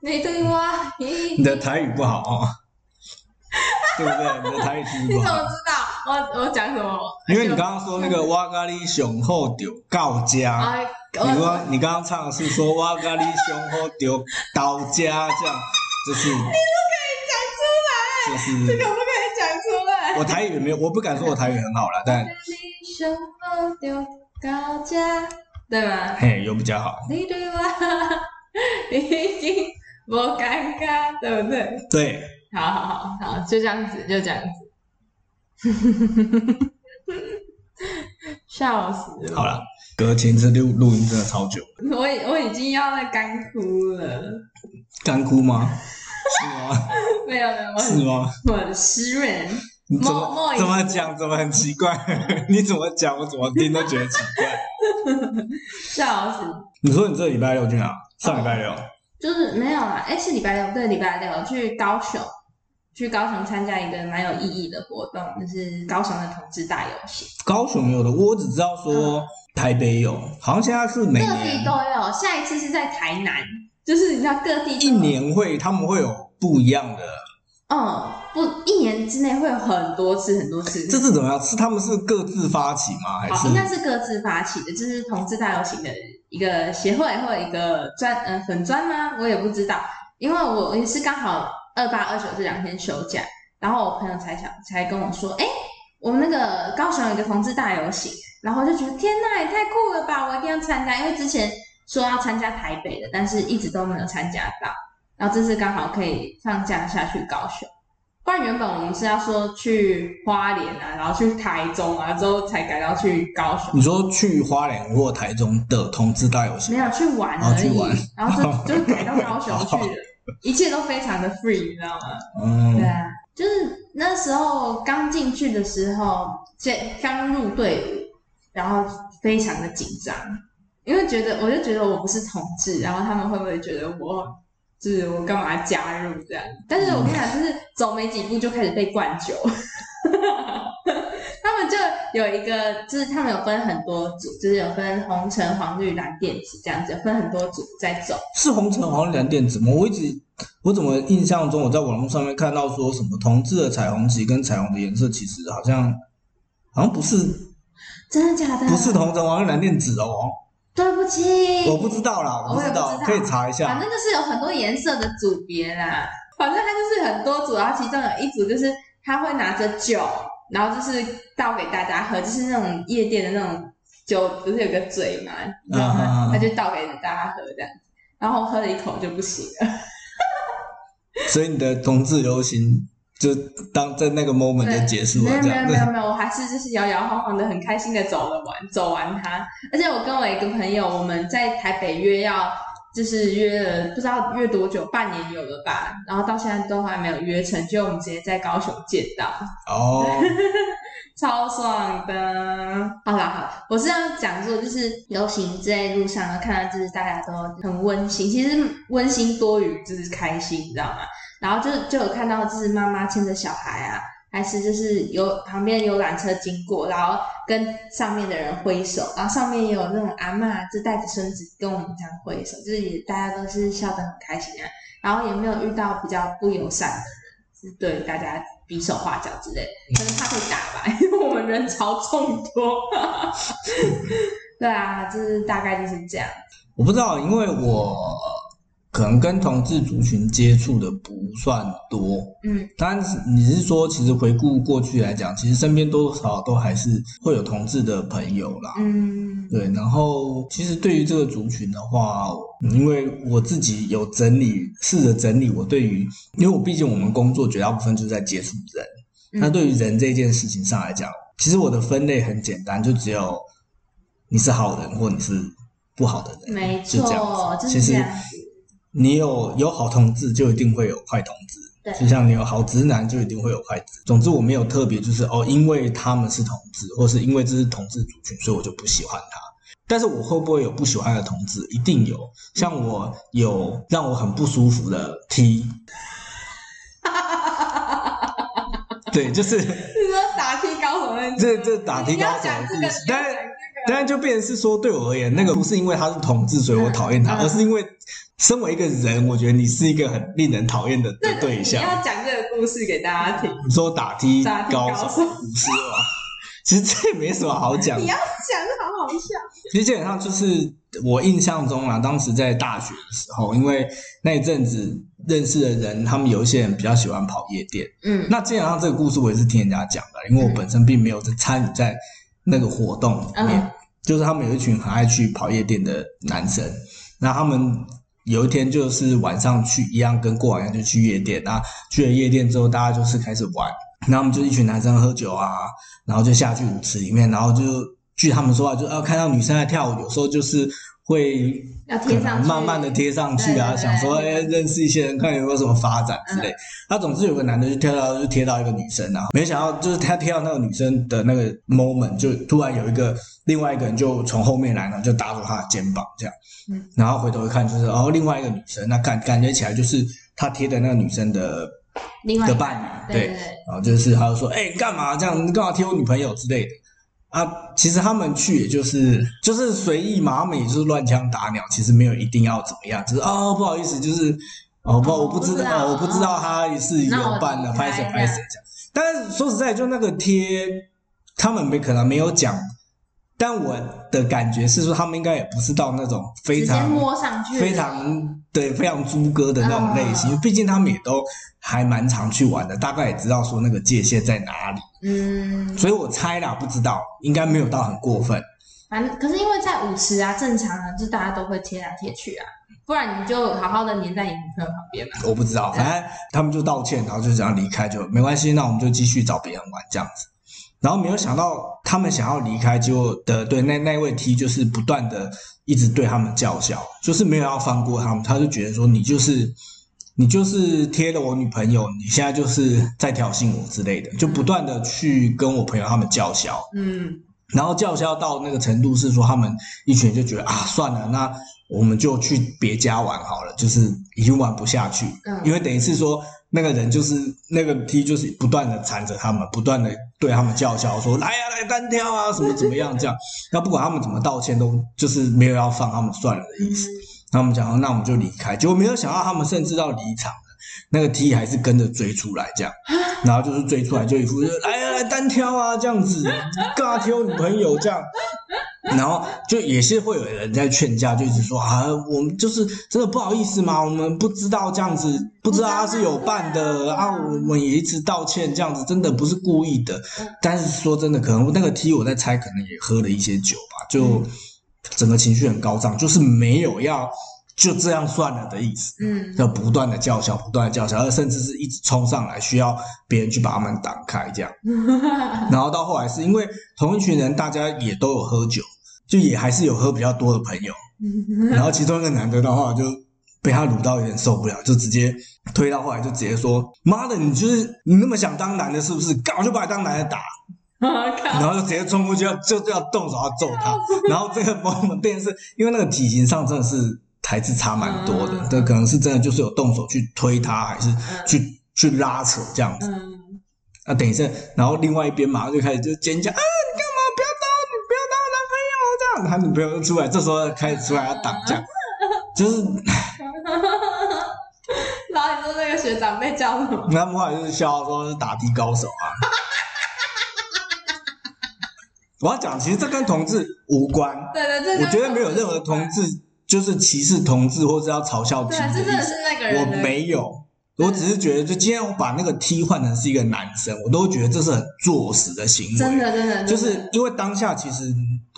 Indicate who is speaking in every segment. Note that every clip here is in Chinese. Speaker 1: 没对哇，咦
Speaker 2: 你的台语不好哦， 对不对？你的台语是不
Speaker 1: 你怎
Speaker 2: 是不
Speaker 1: 么
Speaker 2: 好？
Speaker 1: 知道我我讲什么？
Speaker 2: 因为你刚刚说那个哇咖喱熊后丢告家，
Speaker 1: 哎，
Speaker 2: 你说
Speaker 1: 我
Speaker 2: 你刚刚唱的是说哇咖喱熊后丢刀家这样，就是
Speaker 1: 讲
Speaker 2: 就是
Speaker 1: 出来，这个不可以讲出来。
Speaker 2: 我台语没有，我不敢说我台语很好了，但
Speaker 1: 你什么丢高价，对吗？
Speaker 2: 嘿有比较好。
Speaker 1: 你对我已经不尴尬，对不对？
Speaker 2: 对，
Speaker 1: 好好好好，就这样子，就这样子。 笑死
Speaker 2: 好
Speaker 1: 了！
Speaker 2: 了，隔前次录录音真的超久，
Speaker 1: 我已我已经要那干哭了，
Speaker 2: 干枯吗？是 吗？
Speaker 1: 没有没有，我
Speaker 2: 是
Speaker 1: 很
Speaker 2: 吗？
Speaker 1: 我很湿润，
Speaker 2: 你怎
Speaker 1: 莫莫
Speaker 2: 么
Speaker 1: 已
Speaker 2: 怎么讲？怎么很奇怪？ 你怎么讲？我怎么听都觉得奇怪。
Speaker 1: 笑死！
Speaker 2: 你说你这礼拜六去哪？上礼拜六，
Speaker 1: 就是没有啦，哎，是礼拜六，对，礼拜六去高雄，去高雄参加一个蛮有意义的活动，就是高雄的同志大游行，
Speaker 2: 高雄有的，我只知道说台北有，好像现在是每
Speaker 1: 嗯各地
Speaker 2: 年
Speaker 1: 都有。下一次是在台南，就是你知道各地都
Speaker 2: 一
Speaker 1: 有，
Speaker 2: 年会他们会有不一样的。
Speaker 1: 嗯，不，一年之内会有很多次，很多次。
Speaker 2: 这次怎么样？是他们是各自发起吗？还
Speaker 1: 好，
Speaker 2: 是
Speaker 1: 应该是各自发起的，就是同志大游行的一个协会或一个专呃粉专吗？我也不知道，因为我也是刚好二八二九这两天休假，然后我朋友才想才跟我说，哎、我们那个高雄有一个同志大游行，然后我就觉得天呐，也太酷了吧，我一定要参加，因为之前说要参加台北的，但是一直都没有参加到，然后这次刚好可以放假下去高雄。不然原本我们是要说去花莲啊，然后去台中啊，之后才改到去高雄，
Speaker 2: 你说去花莲或台中的同志大游行
Speaker 1: 没？有去玩
Speaker 2: 哦
Speaker 1: 而
Speaker 2: 去
Speaker 1: 已，
Speaker 2: 玩
Speaker 1: 然后就就改到高雄去 了，一切都非常的 free，你知道吗？对
Speaker 2: 嗯，
Speaker 1: 啊，就是那时候刚进去的时候，这刚入队伍，然后非常的紧张，因为觉得我就觉得我不是同志，然后他们会不会觉得我就是我干嘛加入这样？但是我跟你讲，就是走没几步就开始被灌酒。 他们就有一个，就是他们有分很多组，就是有分红橙黄绿蓝靛紫这样子，有分很多组在走。
Speaker 2: 是红橙黄绿蓝靛紫吗？我一直我怎么印象中我在网络上面看到说什么同志的彩虹旗跟彩虹的颜色其实好像好像不是
Speaker 1: 真的假的？
Speaker 2: 不是红橙黄绿蓝靛紫哦，
Speaker 1: 对不起，
Speaker 2: 我不知道啦，不
Speaker 1: 我也不知道
Speaker 2: 可以查
Speaker 1: 反
Speaker 2: 一下。
Speaker 1: 正就是有很多颜色的组别啦。反正它就是很多组，然后其中有一组就是他会拿着酒，然后就是倒给大家喝，就是那种夜店的那种酒，不是有个嘴嘛，你知道
Speaker 2: 啊
Speaker 1: 吗？他就倒给大家喝这样子，然后喝了一口就不行了。
Speaker 2: 所以你的同志游行就当在那个 moment 就结束
Speaker 1: 没
Speaker 2: 了，
Speaker 1: 有
Speaker 2: 这
Speaker 1: 没有
Speaker 2: 样
Speaker 1: 没有没有，我还是就是摇摇晃晃的，很开心的走了完 走完它。而且我跟我一个朋友，我们在台北约要，就是约了不知道约多久，半年有了吧，然后到现在都还没有约成，就我们直接在高雄见到，
Speaker 2: 哦，
Speaker 1: 超爽的。好啦好，我是要讲说，就是游行在路上啊看到，就是大家都很温馨，其实温馨多于就是开心，你知道吗？然后就就有看到就是妈妈牵着小孩啊，还是就是有旁边游览车经过，然后跟上面的人挥手，然后上面也有那种阿嬷就带着孙子跟我们这样挥手，就是也大家都是笑得很开心啊，然后也没有遇到比较不友善的人，是对大家比手画脚之类的，可能怕被打吧， 因为我们人潮众多。 对啊，就是大概就是这样。
Speaker 2: 我不知道，因为我可能跟同志族群接触的不算多，
Speaker 1: 嗯，
Speaker 2: 但是你是说，其实回顾过去来讲，其实身边多多少少都还是会有同志的朋友啦。
Speaker 1: 嗯
Speaker 2: 对，然后其实对于这个族群的话，嗯因为我自己有整理，试着整理我对于，因为我毕竟我们工作绝大部分就是在接触人，
Speaker 1: 嗯
Speaker 2: 那对于人这件事情上来讲，其实我的分类很简单，就只有你是好人或你是不好的人，
Speaker 1: 没
Speaker 2: 就这
Speaker 1: 错
Speaker 2: 样子。
Speaker 1: 就
Speaker 2: 其
Speaker 1: 是这
Speaker 2: 实
Speaker 1: 样
Speaker 2: 你有有好同志，就一定会有坏同志。
Speaker 1: 对
Speaker 2: 就像你有好直男，就一定会有坏直。总之，我没有特别就是哦，因为他们是同志，或是因为这是同志族群，所以我就不喜欢他。但是我会不会有不喜欢的同志？一定有。像我有让我很不舒服的 T，对，就是
Speaker 1: 你说打踢高手那
Speaker 2: 这这打
Speaker 1: 你
Speaker 2: 提
Speaker 1: 不
Speaker 2: 高
Speaker 1: 要
Speaker 2: 手
Speaker 1: 讲
Speaker 2: 的
Speaker 1: 这
Speaker 2: 故
Speaker 1: 个，
Speaker 2: 事，
Speaker 1: 不要
Speaker 2: 但
Speaker 1: 讲
Speaker 2: 是。当然就变成是说，对我而言，那个不是因为他是同志，所以我讨厌
Speaker 1: 嗯
Speaker 2: 他，
Speaker 1: 嗯
Speaker 2: 而是因为身为一个人，我觉得你是一个很令人讨厌的的
Speaker 1: 那
Speaker 2: 对象
Speaker 1: 你。要讲这个故事给大家听，
Speaker 2: 你说打踢
Speaker 1: 打踢
Speaker 2: 高
Speaker 1: 高
Speaker 2: 手
Speaker 1: 手
Speaker 2: 不是吗？其实这也没什么好讲
Speaker 1: 你。要讲这好好笑。
Speaker 2: 其实基本上就是我印象中啦，当时在大学的时候，因为那一阵子认识的人，他们有一些人比较喜欢跑夜店。
Speaker 1: 嗯
Speaker 2: 那基本上这个故事我也是听人家讲的，因为我本身并没有在参与在那个活动里面。
Speaker 1: 嗯
Speaker 2: 就是他们有一群很爱去跑夜店的男生，那他们有一天就是晚上去一样跟过往一样就去夜店，那去了夜店之后，大家就是开始玩，然后我们就一群男生喝酒啊，然后就下去舞池里面，然后就据他们说啊，就啊看到女生在跳舞，有时候就是会
Speaker 1: 要贴上去
Speaker 2: 可能慢慢的贴上去啊，
Speaker 1: 对对对嗯
Speaker 2: 想说哎、认识一些人，看有没有什么发展之类。那总之有个男的就跳到就贴到一个女生啊，没想到就是他贴到那个女生的那个 moment，就突然有一个另外一个人就从后面来，然后就搭住他的肩膀这样，
Speaker 1: 嗯
Speaker 2: 然后回头一看就是哦另外一个女生，那感感觉起来就是他贴的那个女生的
Speaker 1: 另外一
Speaker 2: 的
Speaker 1: 半
Speaker 2: 伴侣，
Speaker 1: 对对对，
Speaker 2: 然后就是他就说，哎、你干嘛这样？你干嘛贴我女朋友之类的？啊，其实他们去也就是就是随意嘛，他们也就是乱枪打鸟，其实没有一定要怎么样，只是哦不好意思，就是哦不
Speaker 1: 哦
Speaker 2: 我不知
Speaker 1: 不知道
Speaker 2: 道我不知道他是有伴的，
Speaker 1: 那我
Speaker 2: 拍谁
Speaker 1: 明白
Speaker 2: 拍谁这样。但是说实在，就那个贴，他们没可能没有讲，但我的感觉是说他们应该也不是到那种非
Speaker 1: 直接
Speaker 2: 常
Speaker 1: 摸上去，
Speaker 2: 非常对非常猪哥的那种类型，毕竟他们也都还蛮常去玩的，大概也知道说那个界限在哪里，
Speaker 1: 嗯，
Speaker 2: 所以我猜啦，不知道应该没有到很过分，
Speaker 1: 反正可是因为在舞池啊，正常啊，就大家都会贴来贴去啊，不然你就好好的粘在你女朋友旁边嘛。
Speaker 2: 我不知道，反正他们就道歉，然后就想要离开，就没关系，那我们就继续找别人玩这样子。然后没有想到他们想要离开，结果的对那那位 T 就是不断的一直对他们叫嚣，就是没有要放过他们，他就觉得说你就是你就是贴了我女朋友，你现在就是在挑衅我之类的，就不断的去跟我朋友他们叫嚣，
Speaker 1: 嗯，
Speaker 2: 然后叫嚣到那个程度是说他们一群人就觉得啊算了，那我们就去别家玩好了，就是已经玩不下去，
Speaker 1: 嗯
Speaker 2: 因为等于是说，那个人就是那个 T，就是不断的缠着他们，不断的对他们叫嚣说：“来呀、来单挑啊，什么怎么样这样。”那不管他们怎么道歉，都就是没有要放他们算了的意思。那我们讲，那我们就离开。结果没有想到，他们甚至到离场了，那个 T 还是跟着追出来这样，然后就是追出来就一副就是来呀、来单挑啊这样子，干嘛挑女朋友这样。然后就也是会有人在劝架，就一直说啊，我们就是真的不好意思嘛，我们不知道这样子，不知道他是有伴的啊，我们也一直道歉，这样子真的不是故意的
Speaker 1: 嗯。
Speaker 2: 但是说真的，可能那个 T 我在猜，可能也喝了一些酒吧，就整个情绪很高涨，就是没有要就这样算了的意思。
Speaker 1: 嗯
Speaker 2: 要不断的叫嚣，不断的叫嚣，而甚至是一直冲上来，需要别人去把他们挡开这样。然后到后来是因为同一群人，大家也都有喝酒，就也还是有喝比较多的朋友。然后其中一个男的的话就被他撸到有点受不了，就直接推到后来就直接说：“妈的，你就是你那么想当男的是不是？干我就把你当男的打。”
Speaker 1: 靠，
Speaker 2: 然后就直接冲过去要就就要动手要揍他。然后这个某某店是因为那个体型上真的是还是差蛮多的
Speaker 1: 嗯，
Speaker 2: 这、可能是真的就是有动手去推他，还是去、去拉扯这样子。
Speaker 1: 嗯，
Speaker 2: 那、等一下，然后另外一边马上就开始就尖叫啊！你干嘛不要打我？你不要打我男朋友这样，他女朋友就出来，这时候开始出来要挡架，就是
Speaker 1: 然后你说那个学长被叫什么？
Speaker 2: 他们后来就是笑说是打的高手啊。 我要讲，其实这跟同志无关，
Speaker 1: 对对，这就
Speaker 2: 我
Speaker 1: 是
Speaker 2: 觉得没有任何同志就是歧视同志或是要嘲笑 T
Speaker 1: 对，啊
Speaker 2: 的
Speaker 1: 这真
Speaker 2: 意
Speaker 1: 的
Speaker 2: 思，
Speaker 1: 是那个
Speaker 2: 我
Speaker 1: 人的
Speaker 2: 没有。我只是觉得，就今天我把那个 T 换成是一个男生，我都觉得这是很作死的行为。
Speaker 1: 真的真的
Speaker 2: 就是因为当下其实，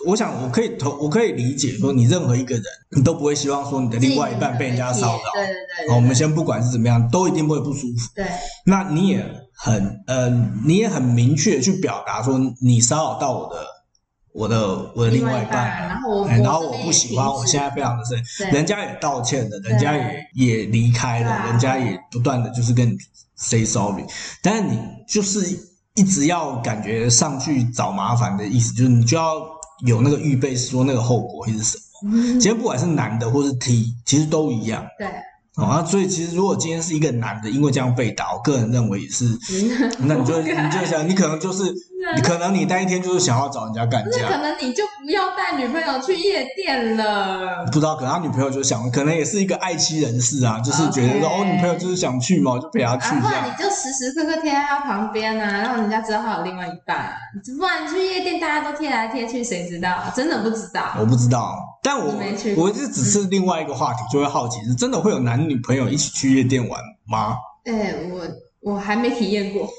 Speaker 2: 我想我可以同我可以理解说，你任何一个人，你都不会希望说你的另外一半被人家骚扰。
Speaker 1: 对对对
Speaker 2: 好，我
Speaker 1: 对
Speaker 2: 们先不管是怎么样，都一定会不舒服。
Speaker 1: 对，
Speaker 2: 那你也很呃，你也很明确地去表达说，你骚扰到我的我的我的另外一半了，
Speaker 1: 啊然后我
Speaker 2: 哎然后我
Speaker 1: 这边
Speaker 2: 不
Speaker 1: 也
Speaker 2: 喜欢，
Speaker 1: 停止
Speaker 2: 我现在非常的生气，
Speaker 1: 对
Speaker 2: 人家也道歉了，人家也
Speaker 1: 对
Speaker 2: 也离开
Speaker 1: 对
Speaker 2: 了，
Speaker 1: 啊
Speaker 2: 人家也不断的就是跟你 say sorry，但是你就是一直要感觉上去找麻烦的意思，就是你就要有那个预备，说那个后果会是什么。
Speaker 1: 嗯
Speaker 2: 今天不管是男的或是 T，其实都一样。
Speaker 1: 对，
Speaker 2: 哦啊，所以其实如果今 天是一个男的，因为这样被打，我个人认为也是，那你就你就想，你可能就是
Speaker 1: 的，
Speaker 2: 可能你那一天就是想要找人家干
Speaker 1: 不是啊可
Speaker 2: 架，
Speaker 1: 能你就不要带女朋友去夜店了。
Speaker 2: 不知道，可能他女朋友就想，可能也是一个爱妻人士啊，就是觉得说
Speaker 1: OK
Speaker 2: 哦，女朋友就是想去嘛，我就陪她去
Speaker 1: 啊，不
Speaker 2: 这
Speaker 1: 然
Speaker 2: 样。
Speaker 1: 你就时时刻刻贴在他旁边啊，让人家知道他有另外一半、啊。不然你去夜店，大家都贴来贴去，谁知道？真的不知道。
Speaker 2: 我不知道，但我
Speaker 1: 你没去过嗯
Speaker 2: 我这只是另外一个话题，就会好奇，是真的会有男女朋友一起去夜店玩吗？
Speaker 1: 哎、我我还没体验过。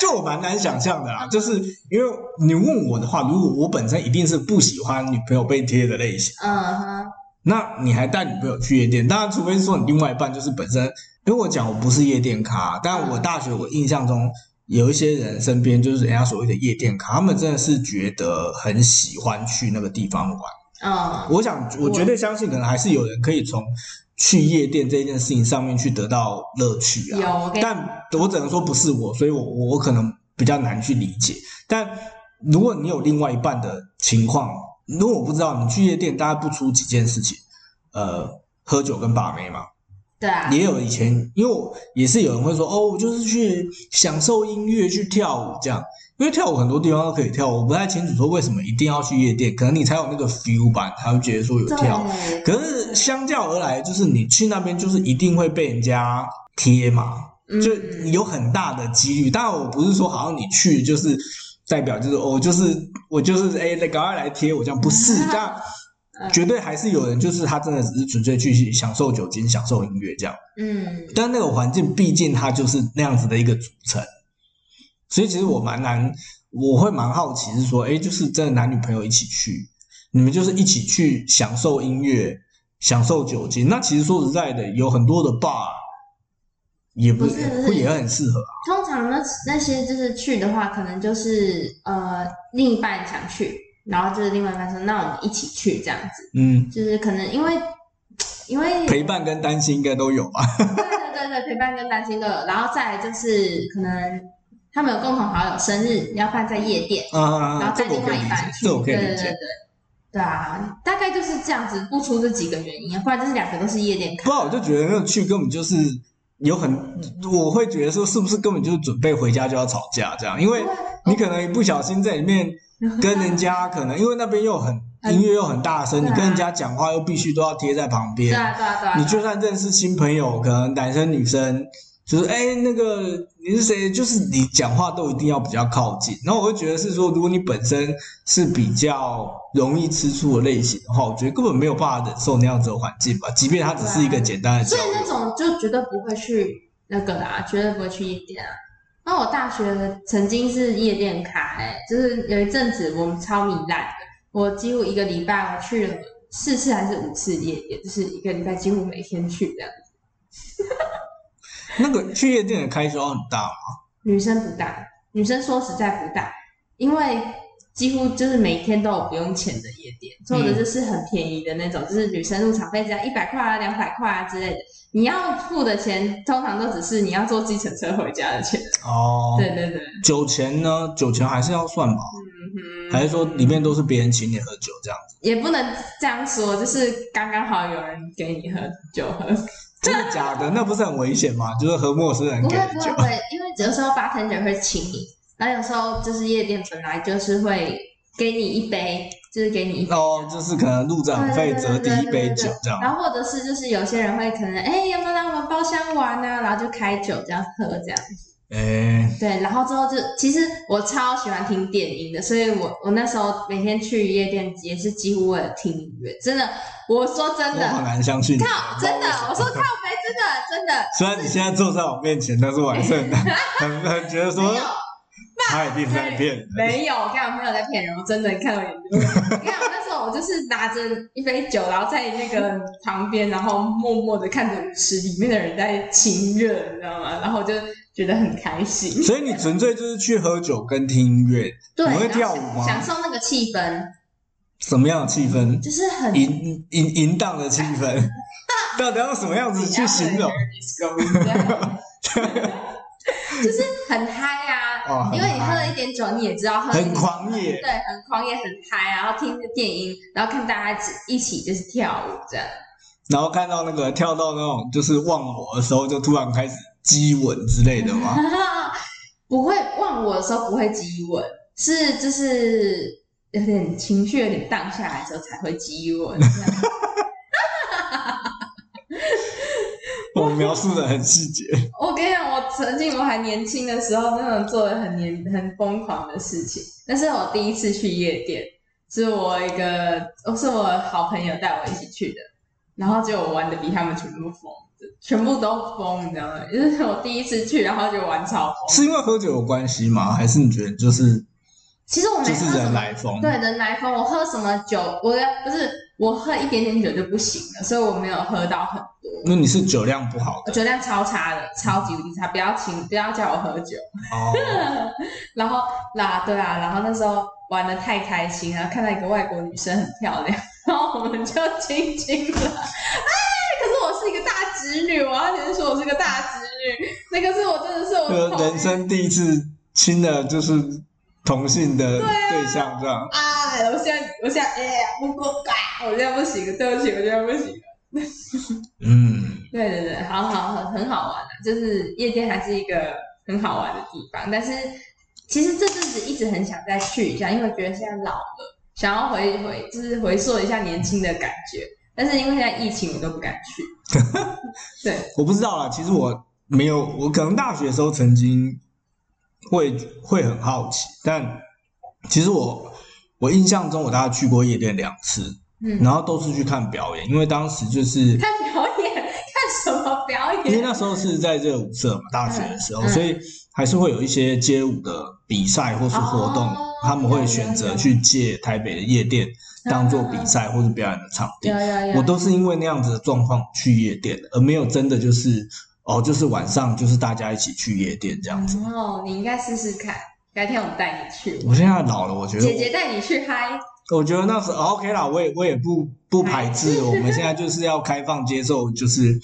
Speaker 2: 就我蛮难想象的
Speaker 1: 嗯
Speaker 2: 啦，就是因为你问我的话，如果我本身一定是不喜欢女朋友被贴的类型，
Speaker 1: 嗯哼，
Speaker 2: 那你还带女朋友去夜店，当然除非是说你另外一半就是本身，因为我讲我不是夜店咖，但我大学我印象中有一些人身边就是人家所谓的夜店咖，他们真的是觉得很喜欢去那个地方玩。
Speaker 1: 嗯，
Speaker 2: 我想，我绝对相信，可能还是有人可以从去夜店这件事情上面去得到乐趣啊。
Speaker 1: 有我跟你
Speaker 2: 但我只能说不是我，所以我我我可能比较难去理解。但如果你有另外一半的情况，如果我不知道你去夜店，大概不出几件事情，呃，喝酒跟把妹嘛，
Speaker 1: 对啊，
Speaker 2: 也有以前，因为我也是有人会说，哦，我就是去享受音乐，去跳舞这样。因为跳舞很多地方都可以跳，我不太清楚说为什么一定要去夜店，可能你才有那个 feel 吧，你才会觉得说有跳。
Speaker 1: 对，
Speaker 2: 可是相较而来，就是你去那边就是一定会被人家贴嘛，就
Speaker 1: 嗯
Speaker 2: 有很大的几率。当然，我不是说好像你去就是代表就是哦，就是我就是哎，赶快来贴我这样，不是这样。绝对还是有人，就是他真的只是纯粹去享受酒精、享受音乐这样，
Speaker 1: 嗯，
Speaker 2: 但那个环境毕竟它就是那样子的一个组成，所以其实我蛮难，我会蛮好奇是说，哎，就是真的男女朋友一起去，你们就是一起去享受音乐、享受酒精，那其实说实在的，有很多的 bar 也不
Speaker 1: 不是不是
Speaker 2: 会也很适合啊。
Speaker 1: 通常那那些就是去的话，可能就是呃另一半想去，然后就是另外一半说，那我们一起去这样子，
Speaker 2: 嗯，
Speaker 1: 就是可能因为因为
Speaker 2: 陪伴跟担心应该都有吧。
Speaker 1: 对对对对，陪伴跟担心都有。然后再来就是可能他们有共同好友生日，你要办在夜店，然
Speaker 2: 啊，
Speaker 1: 后再
Speaker 2: 这个我
Speaker 1: 另
Speaker 2: 可
Speaker 1: 外
Speaker 2: 以理
Speaker 1: 一
Speaker 2: 解
Speaker 1: 半，去。
Speaker 2: 这个我可以
Speaker 1: 对
Speaker 2: 理
Speaker 1: 对对
Speaker 2: 解。
Speaker 1: 对。对啊，大概就是这样子，不出这几个原因，不然就是两个都是夜店
Speaker 2: 不
Speaker 1: 咖。
Speaker 2: 然我就觉得那个去根本就是有很，我会觉得说是不是根本就是准备回家就要吵架这样，因为你可能一不小心在里面跟人家可能因为那边 又很
Speaker 1: 嗯
Speaker 2: 音乐又很大声，你
Speaker 1: 对啊
Speaker 2: 跟人家讲话又必须都要贴在旁
Speaker 1: 对
Speaker 2: 边，
Speaker 1: 啊对啊对啊，
Speaker 2: 你就算认识新朋友，可能男生女生。就是哎、那个你是谁？就是你讲话都一定要比较靠近。然后我会觉得是说，如果你本身是比较容易吃醋的类型的话，我觉得根本没有办法忍受那样子的环境吧。即便它只是
Speaker 1: 啊
Speaker 2: 一个简单的交
Speaker 1: 所以
Speaker 2: 流
Speaker 1: 那，种就绝对不会去那个啦，绝对不会去夜店啊。那我大学曾经是夜店咖、欸，就是有一阵子我们超糜烂的，我几乎一个礼拜我去了四次还是五次夜店，就是一个礼拜几乎每天去这样。
Speaker 2: 那个去夜店的开销很大嘛。
Speaker 1: 女生不大，女生说实在不大，因为几乎就是每天都有不用钱的夜店，或者
Speaker 2: 嗯
Speaker 1: 就是很便宜的那种，就是女生入场费只要一百块啊、两百块啊之类的。你要付的钱通常都只是你要坐计程车回家的钱。
Speaker 2: 哦，
Speaker 1: 对对对，
Speaker 2: 酒钱呢？酒钱还是要算吧？
Speaker 1: 嗯哼，
Speaker 2: 还是说里面都是别人请你喝酒这样子？
Speaker 1: 也不能这样说，就是刚刚好有人给你喝酒喝，
Speaker 2: 真的假的？那不是很危险吗？就是和陌生人
Speaker 1: 不
Speaker 2: 给
Speaker 1: 会
Speaker 2: 的
Speaker 1: 不会
Speaker 2: 酒
Speaker 1: 不。会，因为有时候 bartender 会请你，然后有时候就是夜店本来就是会给你一杯，就是给你一杯。
Speaker 2: 哦，就是可能入场费折抵一杯酒这样。
Speaker 1: 然后或者是就是有些人会可能哎、要不要来我们包厢玩啊，然后就开酒这样喝这样，
Speaker 2: 哎，
Speaker 1: 对，然后之后就其实我超喜欢听电音的，所以我我那时候每天去夜店也是几乎为了听音乐，真的，我说真
Speaker 2: 我
Speaker 1: 的，
Speaker 2: 好难相信你。啊
Speaker 1: 靠，真的，我说靠北，真的真的
Speaker 2: 虽然你现在坐在我面前，但是我还是 很很很觉得
Speaker 1: 没
Speaker 2: 说
Speaker 1: 有。
Speaker 2: 他一定在骗人。
Speaker 1: 没有，我跟我朋友在骗人，我真的看到眼睛。 你看我那时候，我就是拿着一杯酒，然后在那个旁边，然后默默的看着舞池里面的人在亲热，你知道吗？然后我就觉得很开心。
Speaker 2: 所以你纯粹就是去喝酒跟听音乐，
Speaker 1: 对，
Speaker 2: 你
Speaker 1: 然
Speaker 2: 会
Speaker 1: 后
Speaker 2: 跳舞吗
Speaker 1: 享受那个气氛，
Speaker 2: 什么样的气氛？
Speaker 1: 就是很
Speaker 2: 淫淫淫荡的气氛， 到底要用什么样子去形容？
Speaker 1: 对 就是很嗨啊！
Speaker 2: 哦很
Speaker 1: 因为你喝
Speaker 2: 嗨
Speaker 1: 了一点酒，你也知道喝了一
Speaker 2: 很
Speaker 1: 点
Speaker 2: 狂野，
Speaker 1: 对，很狂野，很嗨，啊然后听着电音，然后看大家一起就是跳舞这样。
Speaker 2: 然后看到那个 跳到那种就是忘我的时候，就突然开始激吻之类的吗？
Speaker 1: 啊， 不会忘我的时候不会激吻，是就是有点情绪有点荡下来的时候才会激吻。这样
Speaker 2: 我描述的很细节，
Speaker 1: 我跟你讲，我曾经我还年轻的时候，真的做了很年很疯狂的事情。那是我第一次去夜店，是我一个，哦，是我好朋友带我一起去的，然后就我玩的比他们全部疯，全部都疯，你知道吗？就是我第一次去，然后就玩超疯。
Speaker 2: 是因为喝酒有关系吗？还是你觉得就是
Speaker 1: 其实我没
Speaker 2: 就
Speaker 1: 喝
Speaker 2: 是
Speaker 1: 什
Speaker 2: 人
Speaker 1: 么，
Speaker 2: 来疯？
Speaker 1: 对人来疯，我喝什么酒，我的不是我喝一点点酒就不行了，所以我没有喝到很多。
Speaker 2: 那你是酒量不好
Speaker 1: 我
Speaker 2: 的
Speaker 1: 酒量超差的，超级无敌差！不要请，不要叫我喝酒。
Speaker 2: 哦，
Speaker 1: 然后啦，对啊，然后那时候玩的太开心了，看到一个外国女生很漂亮，然后我们就亲亲了。哎，可是我是一个大直女，我要先说我是个大直女，那个是我真的是我
Speaker 2: 就
Speaker 1: 头
Speaker 2: 人生第一次亲的就是同性的对象这样。
Speaker 1: 啊！我现在我现在哎呀，不不啊，我现在不行了，对不起，我现在不行了。
Speaker 2: 嗯，
Speaker 1: 对对对，好好很很好玩的、就是夜店还是一个很好玩的地方，但是其实这阵子一直很想再去一下，因为觉得现在老了，想要回回就是回溯一下年轻的感觉，但是因为现在疫情，我都不敢 去。对，
Speaker 2: 我不知道啦，其实我没有，我可能大学的时候曾经会会很好奇，但其实我我印象中我大概去过夜店两次，
Speaker 1: 嗯，
Speaker 2: 然后都是去看表演，因为当时就是
Speaker 1: 看表演，看什么表
Speaker 2: 因为
Speaker 1: 演？
Speaker 2: 那时候是在热舞社嘛，大学的时候，
Speaker 1: 嗯嗯
Speaker 2: 所以还是会有一些街舞的比赛或是活动，
Speaker 1: 哦
Speaker 2: 他们会选择去借台北的夜店
Speaker 1: 嗯
Speaker 2: 当做比赛或是表演的场地
Speaker 1: 有。有有，
Speaker 2: 我都是因为那样子的状况去夜店的，而没有真的就是哦，就是晚上就是大家一起去夜店这样子。
Speaker 1: 哦，你应该试试看，改天我带你去，
Speaker 2: 我现在老了，我觉得
Speaker 1: 姐姐带你去嗨。
Speaker 2: 我觉得那时候哦 OK 啦，我也我也不不排 斥，我们现在就是要开放接受就是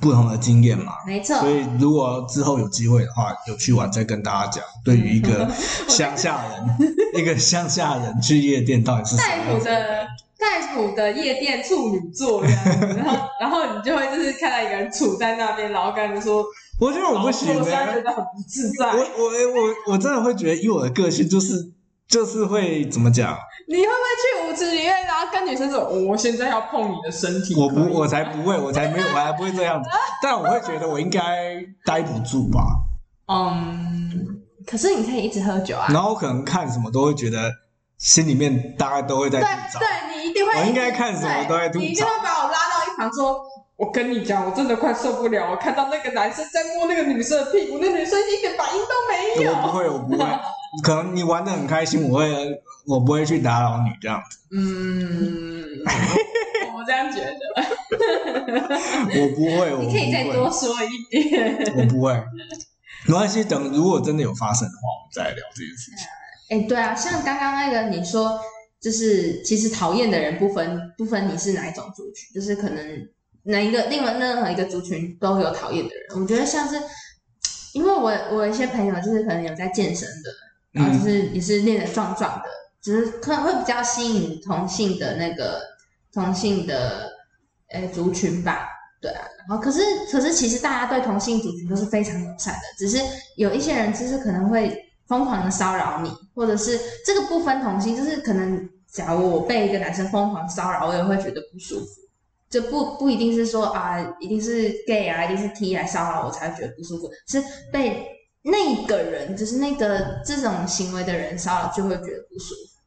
Speaker 2: 不同的经验嘛。
Speaker 1: 没 错，
Speaker 2: 所以如果之后有机会的话，有去玩再跟大家讲，对于一 个乡下人，一个乡下人去夜店到底是什
Speaker 1: 戴
Speaker 2: 么样
Speaker 1: 普
Speaker 2: 子？
Speaker 1: 的戴普的夜店处女座这样子，然后然后你就会就是看到一个人杵在那边，然后跟人说 哦
Speaker 2: 我觉得我不行欸
Speaker 1: 我
Speaker 2: 的、
Speaker 1: 现在觉得很不自在
Speaker 2: 我，我我我真的会觉得，以我的个性，就是就是会怎么讲？
Speaker 1: 你会不会去舞池里面，然后跟女生说我现在要碰你的身体？
Speaker 2: 我不
Speaker 1: 可以吗
Speaker 2: 我才不会，我才没有，我还不会这样 子。但我会觉得我应该待不住吧。
Speaker 1: 嗯，可是你可以一直喝酒啊，
Speaker 2: 然后我可能看什么都会觉得心里面大概都会在
Speaker 1: 对
Speaker 2: 吐槽。
Speaker 1: 对，你一定会，
Speaker 2: 我应该看什么都在吐槽
Speaker 1: 对你一定会把我拉到一旁说。我跟你讲，我真的快受不了！我看到那个男生在摸那个女生的屁股，那女生一点反应都没有。
Speaker 2: 我不会，我不会。可能你玩的很开心，我会，我不会去打扰你这样子，
Speaker 1: 嗯，我我这样觉得。
Speaker 2: 我不会，我
Speaker 1: 你
Speaker 2: 不
Speaker 1: 可以再
Speaker 2: 会，
Speaker 1: 多说一点。
Speaker 2: 我不会。没关系，等如果真的有发生的话，我们再来聊这件事情。
Speaker 1: 哎、对啊，像刚刚那个你说，就是其实讨厌的人不分不分你是哪一种族群，就是可能哪一个另外任何一个族群都有讨厌的人。我觉得像是，因为我我有一些朋友就是可能有在健身的，然后就是也是练得壮壮的，只是可能会比较吸引同性的那个同性的呃族群吧。对啊，然后可是可是其实大家对同性族群都是非常友善的，只是有一些人就是可能会疯狂的骚扰你，或者是这个不分同性，就是可能假如我被一个男生疯狂骚扰，我也会觉得不舒服。这不不一定是说啊，一定是 gay 啊，一定是 T 来骚扰我才会觉得不舒服，是被那个人，就是那个这种行为的人骚扰，就会觉得不舒服。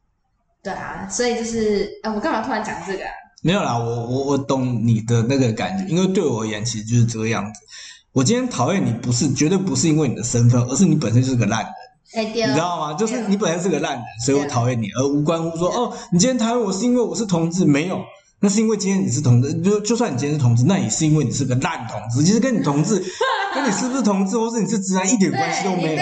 Speaker 1: 对啊，所以就是，哎、我干嘛突然讲这个、啊？
Speaker 2: 没有啦，我我我懂你的那个感觉，因为对我而言其实就是这个样子。我今天讨厌你，不是绝对不是因为你的身份，而是你本身就是个烂人，
Speaker 1: 哎、对
Speaker 2: 你知
Speaker 1: 啊，
Speaker 2: 道吗？就是你本身是个烂人，所以我
Speaker 1: 对
Speaker 2: 讨厌你，而无关乎说哦，你今天讨厌我是因为我是同志，没有，那是因为今天你是同志，就就算你今天是同志，那也是因为你是个烂同志，其实跟你同 志，跟你是不是同志，或是你是直男一点
Speaker 1: 对，
Speaker 2: 关系都
Speaker 1: 你
Speaker 2: 没
Speaker 1: 不
Speaker 2: 有
Speaker 1: 要。你不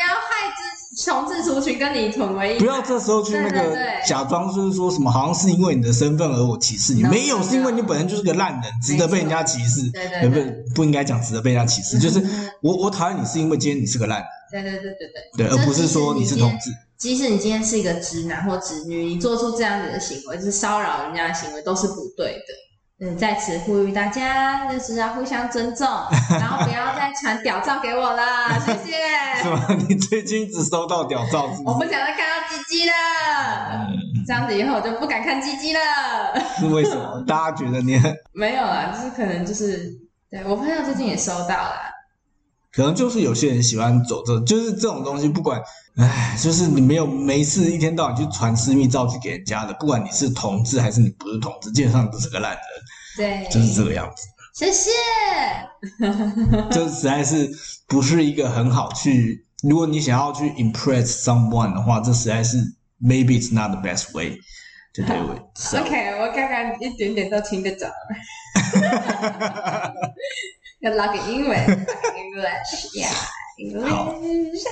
Speaker 1: 要害之同志族群跟你混为一
Speaker 2: 不
Speaker 1: 谈。
Speaker 2: 要这时候去那
Speaker 1: 对对
Speaker 2: 个
Speaker 1: 对
Speaker 2: 假装，就是说什么好像是因为你的身份而我歧视你，
Speaker 1: No，
Speaker 2: 没有，
Speaker 1: no，
Speaker 2: 是因为
Speaker 1: no
Speaker 2: 你本身就是个烂人，值得被人家歧视。
Speaker 1: 对
Speaker 2: 呃
Speaker 1: 对
Speaker 2: 不
Speaker 1: 对
Speaker 2: 不应该讲值得被人家歧
Speaker 1: 嗯
Speaker 2: 视，就是我我讨厌你是因为今天你是个烂人，
Speaker 1: 对对对对对，
Speaker 2: 对，
Speaker 1: 就是
Speaker 2: 而不是说你是同
Speaker 1: 你
Speaker 2: 志。
Speaker 1: 即使你今天是一个直男或直女，你做出这样子的行为，就是骚扰人家的行为，都是不对的。嗯，在此呼吁大家，就是要互相尊 重，然后不要再传屌照给我了，谢
Speaker 2: 是
Speaker 1: 谢。
Speaker 2: 吗？ 你最近只收到屌照是不
Speaker 1: 我
Speaker 2: 是？
Speaker 1: 不想再看到鸡鸡了，
Speaker 2: 嗯
Speaker 1: 这样子以后我就不敢看鸡鸡了。
Speaker 2: 是为什
Speaker 1: 哦
Speaker 2: 么？大家觉得你很
Speaker 1: 没有啦，就是可能就是，对我朋友最近也收到啦，
Speaker 2: 可能就是有些人喜欢走这，就是这种东西，不管，哎，就是你没有没事一天到晚去传私密照去给人家的，不管你是同志还是你不是同志，基本上你都是个烂人，
Speaker 1: 对，
Speaker 2: 就是这个样子。
Speaker 1: 谢谢。
Speaker 2: 这实在是不是一个很好去，如果你想要去 impress someone 的话，这实在是 maybe it's not the best way to do it. So,
Speaker 1: OK，我刚刚一点点都听得懂，要拉个英文，拉个 English，yeah，English。